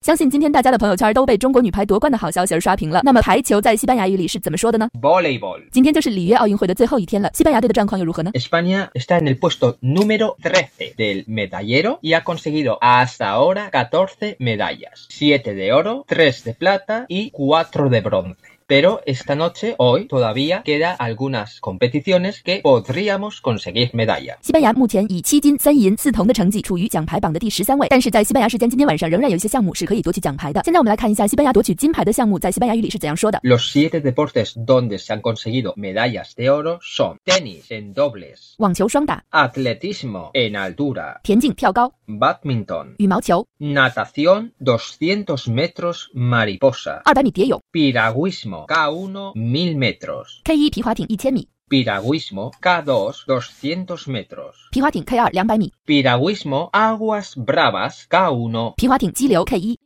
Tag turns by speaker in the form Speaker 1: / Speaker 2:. Speaker 1: 相信今天大家的朋友圈都被中国女排夺冠的好消息而刷屏了。那么排球在西班牙语里是怎么说的呢？
Speaker 2: Voleibol.
Speaker 1: 今天就是里约奥运会的最后一天了，西班牙队的战况又如何呢？
Speaker 2: España está en el puesto número 13 del medallero y ha conseguido hasta ahora 14 medallas, 7 de oro, 3 de plata y 4 de bronce. Pero esta noche, hoy, todavía queda algunas competiciones que podríamos conseguir medalla.
Speaker 1: 西班牙目前以七金三银四铜的成绩处于奖牌榜的第十三位，但是在西班牙时间今天晚上仍然有一些项目是可以夺取奖牌的。现在我们来看一下西班牙夺取金牌的项目在西班牙语里是怎样说的。
Speaker 2: Los siete deportes donde se han conseguido medallas de oro son tenis en dobles,
Speaker 1: 网球双打、
Speaker 2: atletismo en altura,
Speaker 1: 田径、跳高、
Speaker 2: badminton,
Speaker 1: 羽毛球、
Speaker 2: natación 200 metros mariposa,
Speaker 1: 二百米蝶泳、
Speaker 2: piragüismo K1 1000 metros,
Speaker 1: K 一皮划艇一千米、
Speaker 2: piragüismo K2 200 metros,
Speaker 1: 皮划艇 K 二两百米、
Speaker 2: piragüismo aguas bravas K1
Speaker 1: 皮划艇激流 K 一、